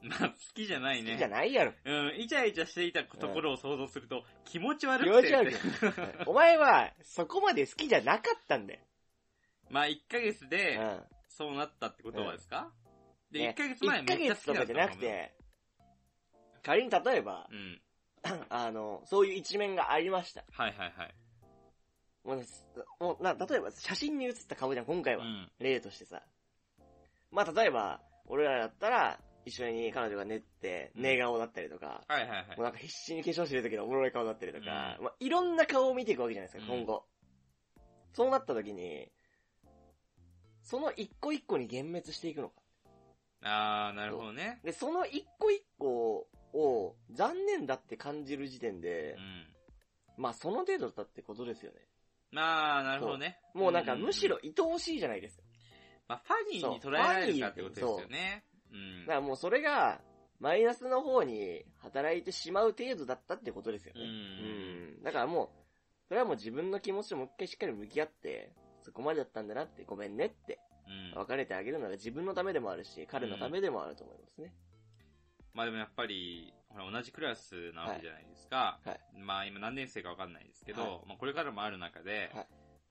S1: まあ、好きじゃないね。
S2: 好きじゃないやろ。
S1: うん、イチャイチャしていたところを想像すると、気持ち悪
S2: 気
S1: く
S2: 持
S1: て。
S2: ち悪いお前は、そこまで好きじゃなかったんだよ。
S1: まあ、1ヶ月
S2: う
S1: で、
S2: ん。
S1: そうなったってことはですか、で、
S2: ね
S1: 1ヶ月前めっちゃ好きだった
S2: 1ヶ月とかじゃなく。て、仮に例えば
S1: う、ん。
S2: あの、そういう一面がありました。
S1: はいはいはい。
S2: もうね、すもうな、例えば写真に写った顔じゃん、今回
S1: う
S2: は。
S1: ん。
S2: 例としてさ。まあ、例えば、俺らだったら、一緒に彼女が寝て、
S1: うん
S2: 寝顔だったりとか、
S1: はいはい
S2: もう
S1: は
S2: なんか必死に化粧してる時のおもろい顔だったりとか、
S1: う
S2: まあ、いろんな顔を見ていくわけじゃないですか、
S1: うん
S2: 今後。そうなった時に、その一個一個に幻滅していくのか。
S1: い。あー、なるほどね。
S2: で、その一個一個を残念だって感じる時点
S1: う
S2: で、
S1: ん。
S2: まあその程度だってことですよね。
S1: まあ、なるほどね。
S2: もうなんか
S1: ん
S2: むしろ、愛おしいじゃないですか。
S1: まあ、ファニーに捉えられるかってことですよね。うん
S2: だか。らもうそれが、マイナスの方に働いてしまう程度だったってことですよ
S1: う
S2: ね。
S1: ん。
S2: うんだからもう、それはもう自分の気持ちともう一回しっかり向き合って、そこまでだったんだなって、ごめんねって、
S1: うん。
S2: 別れてあげるのが自分のためでもあるし、彼のためでもあると思いますね。
S1: まあでもやっぱり、ほら同じクラスなわけじゃないですか。
S2: はいは
S1: まあ今何年生かわかんないですけど、
S2: はい
S1: まあこれからもある中で、
S2: はい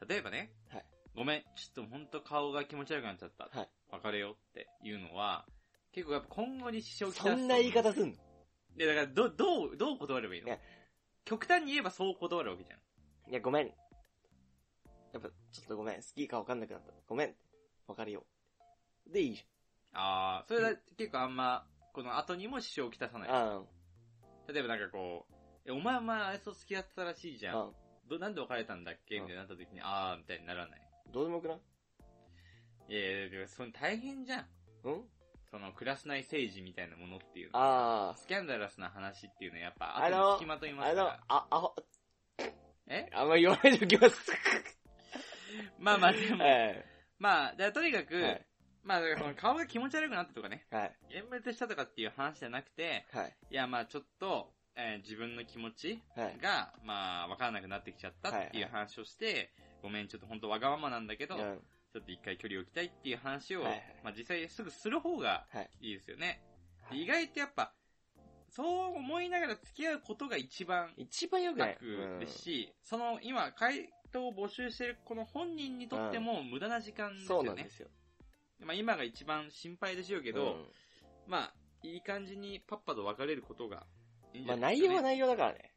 S1: 例えばね、
S2: はい
S1: ごめん、ちょっと本当顔が気持ち悪くなっちゃった。
S2: はい
S1: 別れようっていうのは、結構やっぱ今後に支障をきた
S2: そんな言い方すんの
S1: で、だからど、どう、どう断ればいいの
S2: いや
S1: 極端に言えばそう断るわけじゃん。
S2: いや、ごめん。やっぱ、ちょっとごめん。好きか分かんなくなった。ごめん。わかるよ。で、いいじ
S1: ああ、それだ、結構あんま、この後にも支障をきたさ
S2: ゃ
S1: ない。
S2: ん。
S1: 例えばなんかこう、え、お前お前あれと付き合ってたらしいじゃ。
S2: うんん。うん。
S1: ど、なんで別れたんだっけみたいになった時に、ああ、みたいにならない。
S2: どうでもよくない
S1: いやいや、でもその大変じゃん。
S2: うん
S1: そのクラス内政治みたいなものっていうの。
S2: あ
S1: スキャンダラスな話っていうのはやっぱ、
S2: あの
S1: 後に付きまとい
S2: ー。
S1: ます
S2: あ
S1: か
S2: の
S1: ら。、
S2: あ、あほ、
S1: え
S2: あんま言わないでおきます。
S1: まあまあでも、
S2: はい。
S1: まあ、だからとにかく、
S2: はい。
S1: まあだからその顔が気持ち悪くなったとかね、
S2: はい。
S1: 幻滅したとかっていう話じゃなくて、
S2: はい。
S1: いやまあちょっと、えー自分の気持ち
S2: はい。
S1: が、まあわからなくなってきちゃったっていう話をして、ごめん、ちょっと本当わがままなんだけど、
S2: うん。はい。
S1: ちょっと一回距離を置きたいっていう話を、
S2: はいはい
S1: まあ実際すぐする方が
S2: はい
S1: いいですよね。で意外とやっぱ、そう思いながら付き合うことが一番
S2: 一番よくない。
S1: 楽ですし、その今、回答を募集してるこの本人にとっても無駄な時間
S2: う
S1: で
S2: ん
S1: す
S2: そうな
S1: よ
S2: んで
S1: ね。
S2: すよ。
S1: まあ今が一番心配でしょうけ
S2: け
S1: ど、まあ、いい感じにパッパと別れることがいいんじ
S2: ま
S1: ゃ
S2: あ
S1: ない
S2: 内
S1: ですか、ね。
S2: 容は
S1: は
S2: 内容だからね。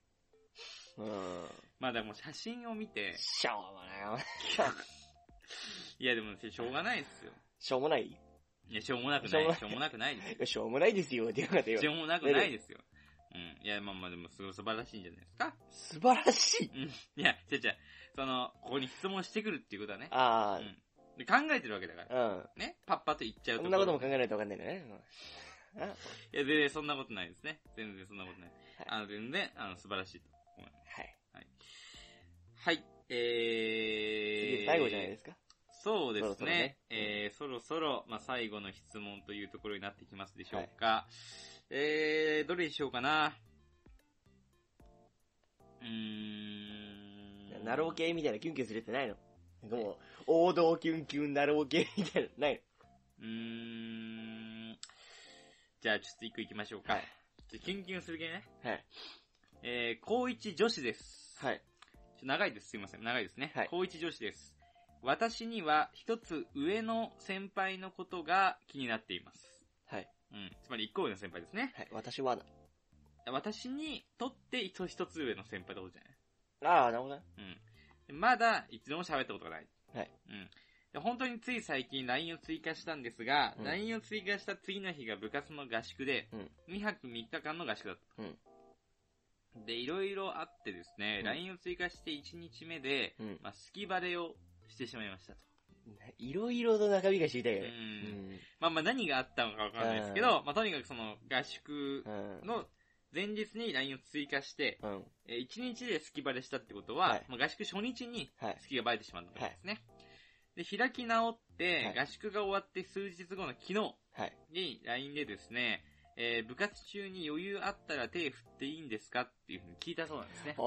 S2: うん。
S1: まあでも写真を見て、
S2: しょうもないわ。
S1: いやでもしょうがないですよ。
S2: しょうもない
S1: いや、しょうもなくない。
S2: し
S1: しょうもなくないですよ。
S2: しょうもないですよ。って言うかと言
S1: し
S2: う
S1: ょうもなくないですよ。うん。いや、まあまあでもすごい素晴らしいんじゃないですか。
S2: 素晴らしい。
S1: いや、違う違う。その、ここに質問してくるっていうことはね。
S2: あ
S1: で考えてるわけだから。
S2: あ。うん。
S1: ね。パッパと言っちゃうと
S2: そんなことも考えないとわかんないんだね。うんあ
S1: いや、全然そんなことないですね。全然そんなことない。
S2: はい
S1: あの、全然、あの、素晴らしいと思います。
S2: はい。
S1: はい。えー。
S2: 最後じゃないですか。
S1: そうですね。
S2: そろそろね
S1: えー、そろそろ、まあ、最後の質問というところになってきますでしょうか。えー、どれにしようかな。うーん。
S2: ナロー系みたいなキュンキュンするってないのなんかもう、王道キュンキュンナロー系みたいな、ない
S1: う
S2: の
S1: ーん。じゃあ、ちょっと一個行きましょうか。
S2: はい
S1: じゃあキュンキュンする系ね。
S2: はい。
S1: えー、高一女子です。
S2: はい。
S1: ちょ長いです。すいません。長いですね。
S2: はい
S1: 高一女子です。私には一つ上の先輩のことが気になっています。
S2: はい。
S1: うん。つまり一個上の先輩ですね。
S2: はい。私はな。
S1: 私にとって一一つ上の先輩ってことじゃない
S2: ああ、なるほどね。
S1: うん。まだ一度も喋ったことがない。
S2: はい。
S1: うん。で本当につい最近 LINE を追加したんですが、
S2: うん
S1: LINE を追加した次の日が部活の合宿で、
S2: うん
S1: 2泊3日間の合宿だった。で、いろいろあってですね、
S2: うん
S1: LINE を追加して1日目で、
S2: うん。
S1: まあ、好きバレをしてしまいましたと。
S2: いろいろの中身が知りたいよ
S1: う。
S2: ね。うんん。
S1: まあまあ何があったのかわかんないですけど、まあとにかくその合宿
S2: うん。
S1: の前日に LINE を追加して、
S2: うん。
S1: えー一日で好きバレしたってことは、
S2: はい
S1: まあ合宿初日に
S2: はい
S1: 好。きがバレてしまったんですね。で、開き直って、
S2: は
S1: 合宿が終わって数日後の昨日
S2: はい。
S1: に LINE でですね、えー部活中に余裕あったら手振っていいんですかっていうふうに聞いたそうなんですね。
S2: お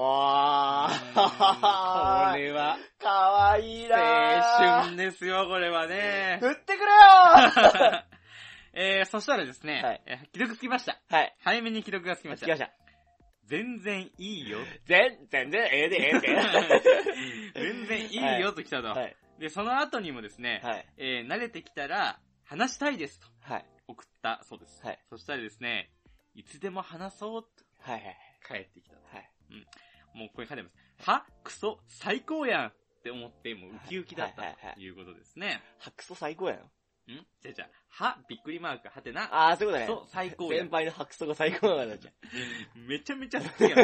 S1: うーん
S2: ー
S1: これは、
S2: かわいいなー
S1: 青春ですよ、これは ね。
S2: 振ってくれよ
S1: えー、そしたらですね、
S2: はい
S1: えー既読つきました。
S2: ーはい。
S1: 早めに既読がつきました。
S2: 聞きました。
S1: 全然いいよ。
S2: 全、全然ええでええで。
S1: 全然いいよと来たと。
S2: はい。
S1: で、その後にもですね、
S2: はい。
S1: えー慣れてきたら話したいですと
S2: はい。
S1: 送ったそうです。
S2: はい
S1: そしたらですね、いつでも話そうと
S2: はい。はい。
S1: 帰ってきたと。
S2: はい。
S1: もうこれ書いてます。はクソ最高やんって思って、もうウキウキだった
S2: はいはいはいはい
S1: ということですね。
S2: ハクソ最高やん。
S1: んじゃあじゃあ、はびっくりマークはてな、
S2: あー、そういう
S1: ク
S2: こと
S1: ソ
S2: ね。
S1: 最高やん
S2: 先。輩のハクソが最高なんだじゃん。
S1: めちゃめちゃ好きや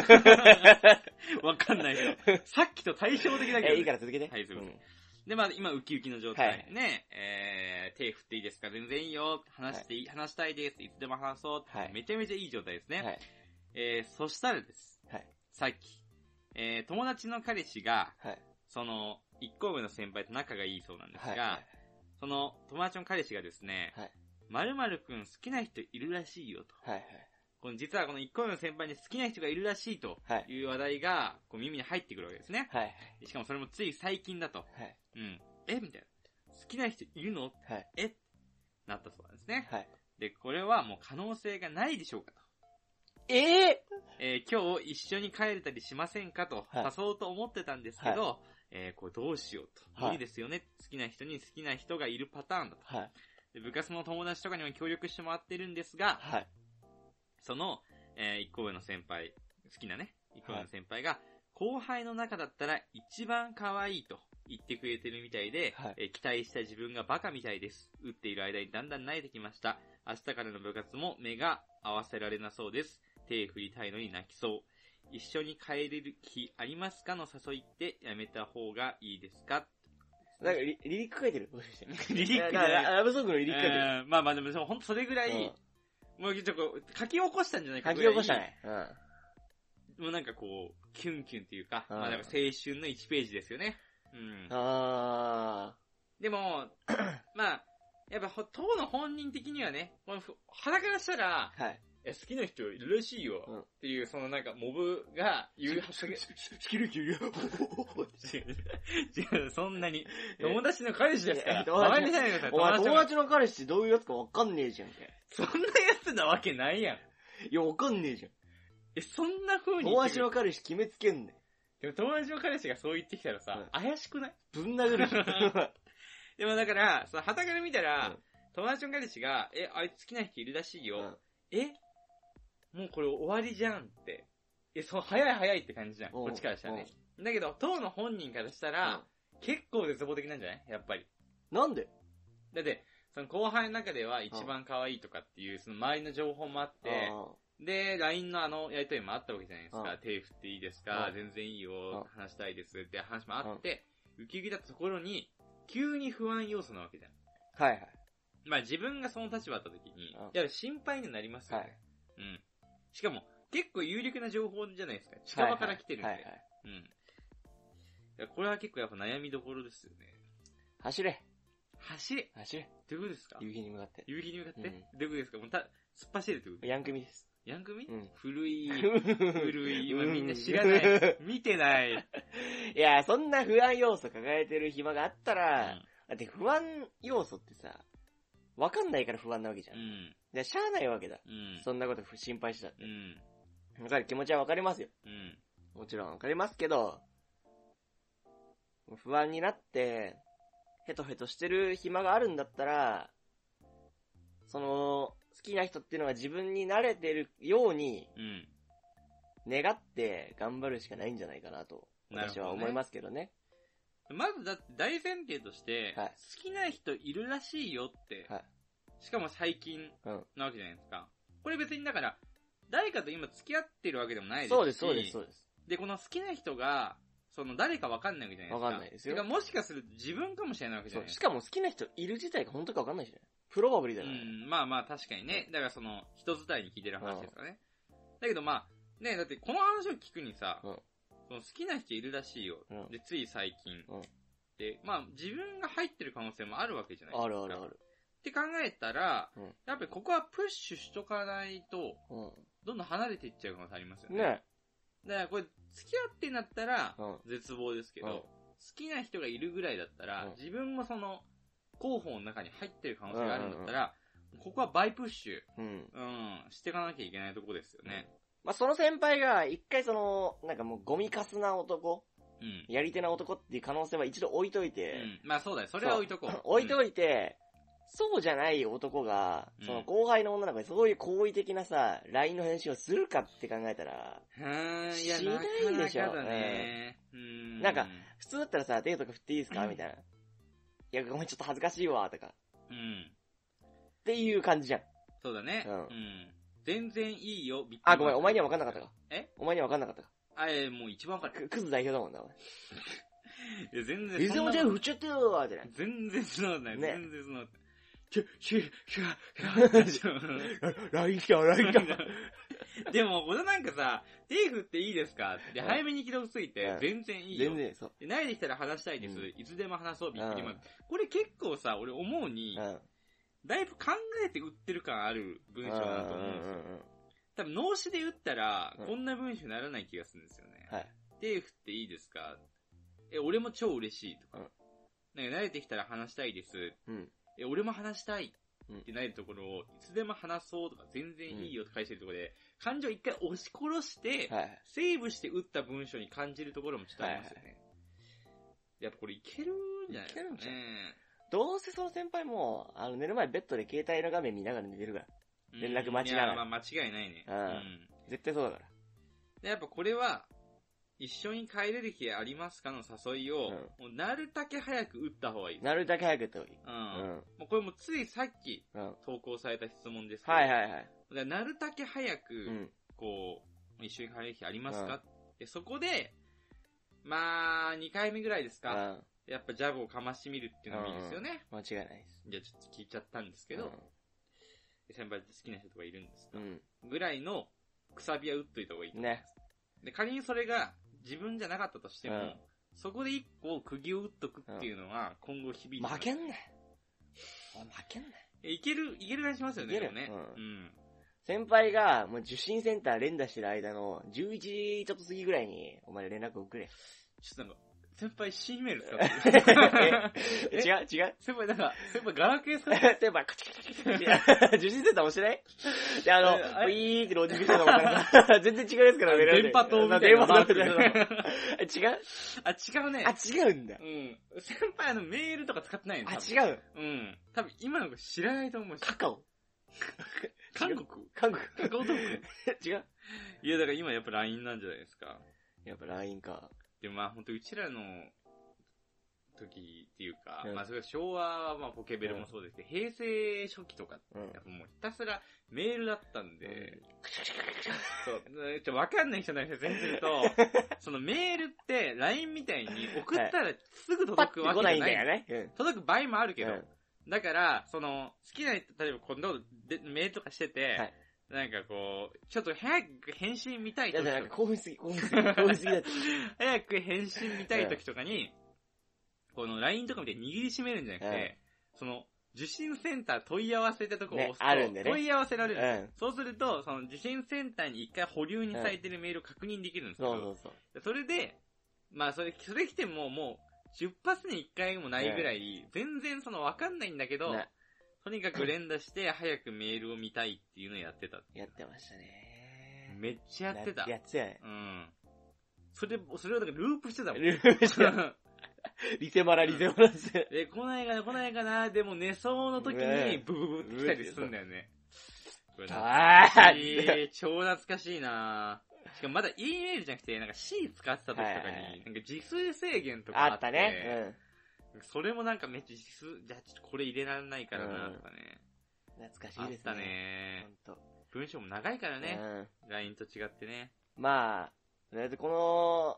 S1: ん。 わかんないけど。さっきと対照的だけど。
S2: え、いいから続けて。
S1: はいそう
S2: う
S1: で
S2: ん
S1: すで、まあ今ウキウキの状態。
S2: はい
S1: ね、えー、手振っていいですか全然いいよ。話していい、話したいです。いつでも話そう。
S2: はい
S1: めちゃめちゃいい状態ですね。
S2: はい。
S1: えー、そしたらです。
S2: はい。
S1: さっき。えー、友達の彼氏が、
S2: はい。
S1: その、一個上の先輩と仲がいいそうなんです
S2: はい。
S1: が、その友達の彼氏がですね、
S2: はい
S1: 〇〇くん好きな人いるらしいよと。
S2: はい。
S1: この実はこの一個上の先輩に好きな人がいるらしいと
S2: はい。
S1: いう話題が、こう耳に入ってくるわけですね。
S2: はい。
S1: しかもそれもつい最近だと。
S2: はい。
S1: うん。えみたいな。好きな人いるの
S2: はい。
S1: えなったそうなんですね。
S2: はい。
S1: で、これはもう可能性がないでしょうかと。
S2: ええ
S1: えー今日一緒に帰れたりしませんかと、
S2: はい
S1: 誘おうと思ってたんですけど、えーこれどうしようと。
S2: はい
S1: 無理ですよね。好きな人に好きな人がいるパターンだと。
S2: はい。
S1: で部活の友達とかにも協力してもらってるんですが、
S2: はい。
S1: その、えー一個上の先輩、好きなね、一個上の先輩が、後輩の中だったら一番可愛いと言ってくれてるみたいで、
S2: はい
S1: えー期待した自分がバカみたいです。打っている間にだんだん慣れてきました。明日からの部活も目が合わせられなそうです。手振りたいのに泣きそう。一緒に帰れる気ありますかの誘いってやめた方がいいですか
S2: なんかリ、リリック書いてる
S1: リリックじゃ
S2: な
S1: ない
S2: んかラブソングのリリック書いてる。
S1: えーまあまあでも、ほんとそれぐらい、もうちょっとこう書き起こしたんじゃない
S2: 書
S1: か
S2: き
S1: ぐら
S2: 起こしたね。うん。
S1: もうなんかこう、キュンキュンっていうか、
S2: うん
S1: まあなんか青春の1ページですよね。うん。
S2: あ
S1: で も、まあ、やっぱほ、当の本人的にはね、まあ、ふ鼻からしたら、
S2: ー。はい。
S1: いや好きな人いるらしいよ、
S2: うん
S1: っていう、そのなんか、モブが言うはずが、
S2: きるき
S1: 違
S2: る。
S1: う、違う、そんなに。友達の彼氏ですから。
S2: え友達
S1: バカにしないでください、
S2: お前友
S1: の
S2: 達の彼氏どういうやつかわかんねえじゃんけ。
S1: そんなやつなわけないやん。
S2: いや、わかんねえじゃ
S1: え、そんな風
S2: ん。
S1: に言
S2: 友
S1: ってく
S2: 達
S1: る
S2: の彼氏決めつけんね
S1: でも友達の彼氏がそう言ってきたらさ、
S2: うん
S1: 怪しくない
S2: ぶん殴るじゃん。
S1: でもだから、その、旗から見たら、
S2: うん
S1: 友達の彼氏が、え、あいつ好きな人いるらしいよ。
S2: うん
S1: えもうこれ終わりじゃんって。え、そう、早い早いって感じじゃん。
S2: うん
S1: こっちからしたらね。だけど、当の本人からしたら、結構絶望的なんじゃないやっぱり。
S2: なんで
S1: だって、その後輩の中では一番可愛いとかっていう、その周りの情報もあって、で、LINE のあの、やりとりもあったわけじゃないです
S2: う
S1: か
S2: ん。
S1: 手振っていいですか
S2: うん
S1: 全然いいよ。話したいですって話もあ
S2: あ
S1: って、ウキウキだったところに、急に不安要素なわけじゃん。
S2: はいはい。
S1: まあ自分がその立場だった時に
S2: うん、
S1: いや心配になりますよね。
S2: はい
S1: うん。しかも、結構有力な情報じゃないですか。近場から来てるんで。
S2: はいはい。
S1: うん。いやこれは結構やっぱ悩みどころですよね。
S2: 走れ
S1: 走れ
S2: 走れ
S1: どういうことですか
S2: 夕日に向かって。
S1: 夕日に向かって、ど
S2: うん
S1: ういうことですかもうた、突っ走れってこと
S2: ヤンクミです。
S1: ヤングミ、
S2: うん
S1: 古 い、
S2: 古
S1: 古い、今みんな知らない。見てない。
S2: いや、そんな不安要素抱えてる暇があった
S1: う
S2: ら、
S1: ん
S2: だって不安要素ってさ、わかんないから不安なわけじゃん。
S1: うん。
S2: で、しゃあないわけだ。
S1: うん。
S2: そんなこと不心配してたっ
S1: う
S2: て。
S1: ん。
S2: だから気持ちはわかりますよ。
S1: うん。
S2: もちろんわかりますけど、不安になって、ヘトヘトしてる暇があるんだったら、その、好きな人っていうのが自分に慣れてるように、
S1: うん。
S2: 願って頑張るしかないんじゃないかなと、
S1: なるほ
S2: 私
S1: どね
S2: は思いますけどね。
S1: まずだって大前提として、
S2: はい
S1: 好きな人いるらしいよって、
S2: はい
S1: しかも最近
S2: うん
S1: なわけじゃないですか。これ別にだから、誰かと今付き合ってるわけでもないですし
S2: そうです、そうです、そうです。
S1: で、この好きな人が、その誰かわかんないわけじゃないですか。
S2: わかんないですよ
S1: てかもしかすると自分かもしれないわけじゃ
S2: そ
S1: ないうで
S2: し
S1: すか。
S2: かも好きな人いる自体が本当かわかんないじゃないプロバブリーだ
S1: う
S2: からね。
S1: ん、まあまあ確かにね。だからその、人伝いに聞いてる話ですからね。だけどまあ、ね、だってこの話を聞くにさ、
S2: うん
S1: その好きな人いるらしいよ。
S2: うん
S1: で、つい最近。
S2: うん
S1: で、まあ自分が入ってる可能性もあるわけじゃないですか。
S2: あるあるある。
S1: って考えたら、
S2: うん
S1: やっぱりここはプッシュしとかないと、
S2: う
S1: どんどん離れていっちゃう可能性ありますよ
S2: ん。
S1: ね。
S2: ね
S1: だからこれ、付き合ってなったら
S2: う、ん。
S1: 絶望ですけど、
S2: うん
S1: 好きな人がいるぐらいだったら、
S2: うん
S1: 自分もその、候補の中に入ってる可能性があるんだったら、ここはバイプッシュ、
S2: うん。
S1: うん、していかなきゃいけないとこですよね。
S2: まあ、その先輩が、一回その、なんかもうゴミかすな男、
S1: うん。
S2: やり手な男っていう可能性は一度置いといて、
S1: うん、まあそうだよ。それは置いとこう。
S2: 置いと
S1: い
S2: いて、そうじゃない男が、
S1: うん
S2: その後輩の女の子にそういう好意的なさ、LINE の返信をするかって考えたら、
S1: うん。はーん、いや、
S2: しな
S1: ないか
S2: で
S1: な
S2: しょ
S1: かだね。うん。
S2: なんか普通だったらさ、デートとか振っていいですかみたいな。いや、ごめん、ちょっと恥ずかしいわ、とか。っ
S1: うん。
S2: ていう感じじゃん。
S1: そうだね。
S2: う
S1: うんん。全然いいよ、びっくり
S2: あ、ごめん、お前には分かんなかったか。
S1: え
S2: お前には分かんなかったか。
S1: あ、えもう一番わかる。
S2: ククズ代表だもんな、お
S1: いや、全
S2: 前。い
S1: 然
S2: つも
S1: な
S2: 手振っちゃってよーってな。
S1: 全然そんなことない。
S2: ね
S1: 全然そんなことない。キュッ、キュッ、キュッ、キュッ
S2: LINE 来た、LINE 来た。
S1: でも、これなんかさ、手振っていいですかって
S2: うん
S1: 早めに既読ついて
S2: うん、
S1: 全然いいよ。
S2: 全然、そう。
S1: で慣れてきたら話したいです。
S2: うん
S1: いつでも話そう、びっくりマン
S2: うん
S1: これ結構さ、俺思うに
S2: う、ん。
S1: だいぶ考えて打ってる感ある文章だと思うんですよ。
S2: うんうんうん
S1: 多分、脳死で打ったら
S2: うん、
S1: こんな文章にならない気がするんですよね。
S2: はい
S1: 手振っていいですかえ、俺も超嬉しいとか。なんか慣れてきたら話したいです。
S2: うん。
S1: え、俺も話したいってないところを、いつでも話そうとか全然いいよと返してるところで、感情一回押し殺して、
S2: はい。
S1: セーブして打った文章に感じるところもちょっとありますよね。やっぱこれいけるんじゃないですかね
S2: いけるんじゃ。どうせその先輩も、あの、寝る前ベッドで携帯の画面見ながら寝てるから。
S1: うん
S2: 連絡待ちながら
S1: いやまあ間違いないね。
S2: うん絶対そうだか
S1: でやっぱこれは、一緒に帰れる日ありますかの誘いを、もうなるだけ早く打った方がいい
S2: ら。。なるだけ早くやった方がいい。
S1: うん。
S2: う
S1: も
S2: ん。
S1: うこれもついさっき
S2: うん。
S1: 投稿された質問ですけど、
S2: はいはいはい。
S1: だからなるだけ早く、
S2: うん。
S1: こう、一緒に帰れる日あります
S2: うん
S1: か、でそこで、まあ、2回目ぐらいです
S2: うん。
S1: か、やっぱジャブをかましてみるっていうのもいいですよね。
S2: 間違いないです。
S1: じゃあちょっと聞いちゃったんですけど、先輩好きな人とかいるんですか
S2: う、ん。
S1: ぐらいのくさびは打っといた方がいいと思います。で、仮にそれが自分じゃなかったとしても、
S2: うん
S1: そこで一個釘を打っとくっていうのは今後響いてき
S2: うん。
S1: ます
S2: 負けんなよ。おい負けんなよ。
S1: えいける、いける感じしますよね、
S2: いけ
S1: で
S2: る
S1: もね。
S2: う
S1: うん。
S2: 先輩が、もう受信センター連打してる間の、11時ちょっと過ぎぐらいに、お前連絡をくれ。
S1: ちょっとなんか、先輩 C メール使ってる
S2: 違う
S1: え
S2: 違う
S1: 先輩なんか、先輩ガラケー使ってる
S2: 先輩、カチカチカチカ チ。受信センター押してないで、あの、
S1: えあ
S2: ウ
S1: れ
S2: ィーってロジックしたのかな全然違うやつから連絡
S1: 電波塔みたいな
S2: 電波
S1: マー
S2: 塔
S1: ク
S2: みたいな違う
S1: あ、違うね。
S2: あ、違うんだ
S1: う。ん。先輩あのメールとか使ってないの
S2: あ、
S1: 多分
S2: 違う。
S1: うん。多分今の子知らないと思うし。
S2: カカオ。
S1: 韓国
S2: 韓国。
S1: カカオト ーク
S2: 違う。
S1: いや、だから今やっぱ LINE なんじゃないですか。
S2: やっぱ LINE か。
S1: でもまあ本当うちらの時っていうか、
S2: うん
S1: まあそれは昭和はまあポケベルもそうですけど、平成初期とか、
S2: うん。
S1: やっぱもうひたすらメールだったんで、そう、ちょ、わかんない人の説明する と、そのメールって LINE みたいに送ったらすぐ
S2: パ
S1: 届
S2: ッて
S1: くわけ
S2: 来
S1: じゃな
S2: ないいんだよ
S1: ね。
S2: ね。うん。
S1: 届く場合もあるけど、
S2: うん
S1: だから、その、好きな人、例えばこんなことでメールとかしてて、
S2: はい
S1: なんかこう、ちょっと早く返信見たい
S2: いや、
S1: 時と
S2: なん
S1: か
S2: か興奮しすぎ、興奮しすぎ、興奮しすぎだって。
S1: 早く返信見たい時とかに、この LINE とか見て握りしめるんじゃなくて、その、受信センター問い合わせってとこを押すと、
S2: ねあるんでね
S1: 問い合わせられ
S2: う
S1: るんです、
S2: ん。
S1: そうすると、その受信センターに一回保留にされてるメールを確認できるんですけど、
S2: そうそうそう。
S1: それで、まあそれ、それ来てももう、出発に一回もないぐらい、全然そのわかんないんだけど、
S2: ね
S1: とにかく連打して早くメールを見たいっていうのをやってた。
S2: やってましたね。
S1: めっちゃやってた。
S2: やってたね。
S1: うん。それ、それをだからループしてたもん。
S2: ループし てたリセマラ、リセマラして。
S1: え、来ないかな、来ないかな、でも寝そうの時に
S2: ね
S1: ブブブって来たりするんだよね。これ懐
S2: あ
S1: か
S2: あ
S1: しい超懐かしいなしかもまだ E メールじゃなくて、なんか C 使ってた時とかに、
S2: はいはいはい
S1: なんか時数制限とかあ
S2: あ
S1: って。
S2: ったね。
S1: それもなんかめっちゃ実数、じゃあちょっとこれ入れられないからなとかね。
S2: うん。懐
S1: あ
S2: かしい
S1: っ
S2: ですね。
S1: たね。
S2: ほんと。
S1: 文章も長いからね。
S2: うん。
S1: LINE と違ってね。
S2: まあ、とりあえずこの、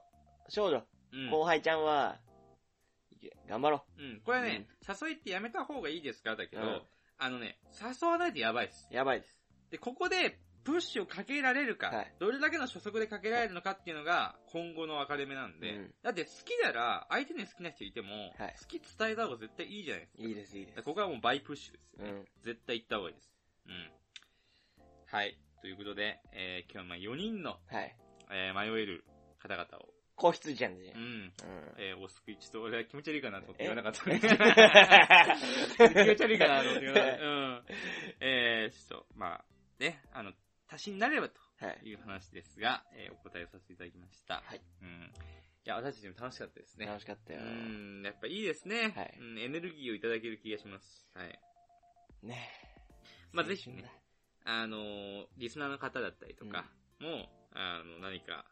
S2: 少女、
S1: うん。
S2: 後輩ちゃんは、いけ頑張ろ
S1: うん。これはね、誘いってやめた方がいいですかだけど、
S2: うん
S1: あのね、誘わないとやばいです。
S2: う。やばいです。
S1: で、ここで、プッシュをかけられるか、
S2: はい
S1: どれだけの初速でかけられるのかっていうのが、今後の分かれ目なんで、
S2: うん
S1: だって好きなら、相手に好きな人いても、
S2: はい
S1: 好き伝えた方が絶対いいじゃないですか。
S2: いいです、いいで
S1: だから
S2: す。
S1: ここはもうバイプッシュですよ
S2: う
S1: ね。
S2: ん。
S1: 絶対行った方がいいです。うん。はい。ということで、えー、今日はまあ4人の、
S2: はい。
S1: えー、迷える方々を、
S2: 子羊ちゃんで
S1: う
S2: ね。
S1: ん、
S2: うん。
S1: えー、お救い、ちょっと俺は気持 ち悪いかなと思って
S2: え
S1: 言わなかった。 気持ち悪いかなと思って言わなかった。うん。えー、ちょっと、まあ、ね、あの、足しになればと
S2: はい。
S1: いう話ですが、えー、お答えさせていただきました。
S2: はい。
S1: うん。いや、私たちも楽しかったですね。
S2: 楽しかった
S1: う
S2: よ。
S1: ん、やっぱいいですね。
S2: はい
S1: うん、エネルギーをいただける気がします。はい。
S2: ね
S1: まあぜひね。あのーリスナーの方だったりとかも、あの、何か、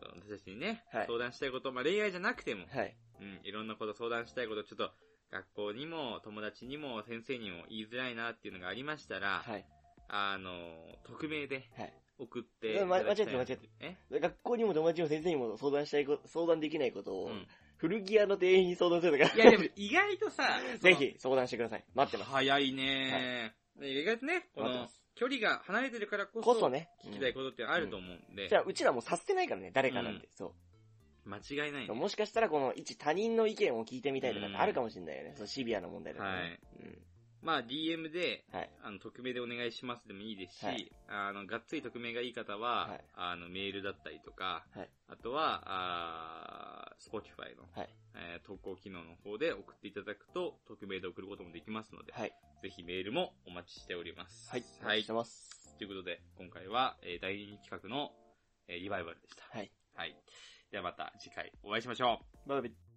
S1: その私たちにね、
S2: はい
S1: 相談したいこと、まあ恋愛じゃなくても
S2: 青、春だはい。
S1: うん、いろんなこと相談したいこと、ちょっと、学校にも、友達にも、先生にも言いづらいなっていうのがありましたら、
S2: はい。
S1: あの、匿名で
S2: はい。
S1: 送ってい
S2: うんま
S1: ただきたい
S2: 間違えて間違
S1: え
S2: 学校にも友達にも先生にも相談したいこと、相談できないこと
S1: う
S2: を、
S1: ん。
S2: 古着屋の店員に相談するとか。、
S1: いやでも意外とさ
S2: ぜひ相談してください。待っ
S1: そ
S2: て
S1: の、
S2: ます。
S1: 早いね、で意外とね、こ
S2: 待って
S1: の
S2: ます、
S1: 距離が離れてるからこ
S2: こそ
S1: そ、
S2: ね。
S1: 聞きたいことってあると思うんで
S2: じゃ、あ、うちらもう察せないからね、誰かなんて。そ。
S1: 間違いないうね。
S2: もしかしたら、この、一他人の意見を聞いてみたいとかってあるかもしれないよね。そう、シビアな問題だからね。
S1: まあ DM で、
S2: はい
S1: あの、匿名でお願いしますでもいいですし、
S2: はい
S1: あの、がっつり匿名がいい方は、
S2: はい
S1: あの、メールだったりとか、
S2: はい
S1: あとは、あー Spotify の、
S2: はい
S1: えー投稿機能の方で送っていただくと、匿名で送ることもできますので、
S2: うん。はい。
S1: ぜひメールもお待ちしております。
S2: はい。お
S1: は
S2: 待ち
S1: い。
S2: してます。
S1: ということで、今回は、えー第2企画の、えーリバイバルでした。
S2: はい。
S1: はい。ではまた次回お会いしましょう。
S2: バイバイ。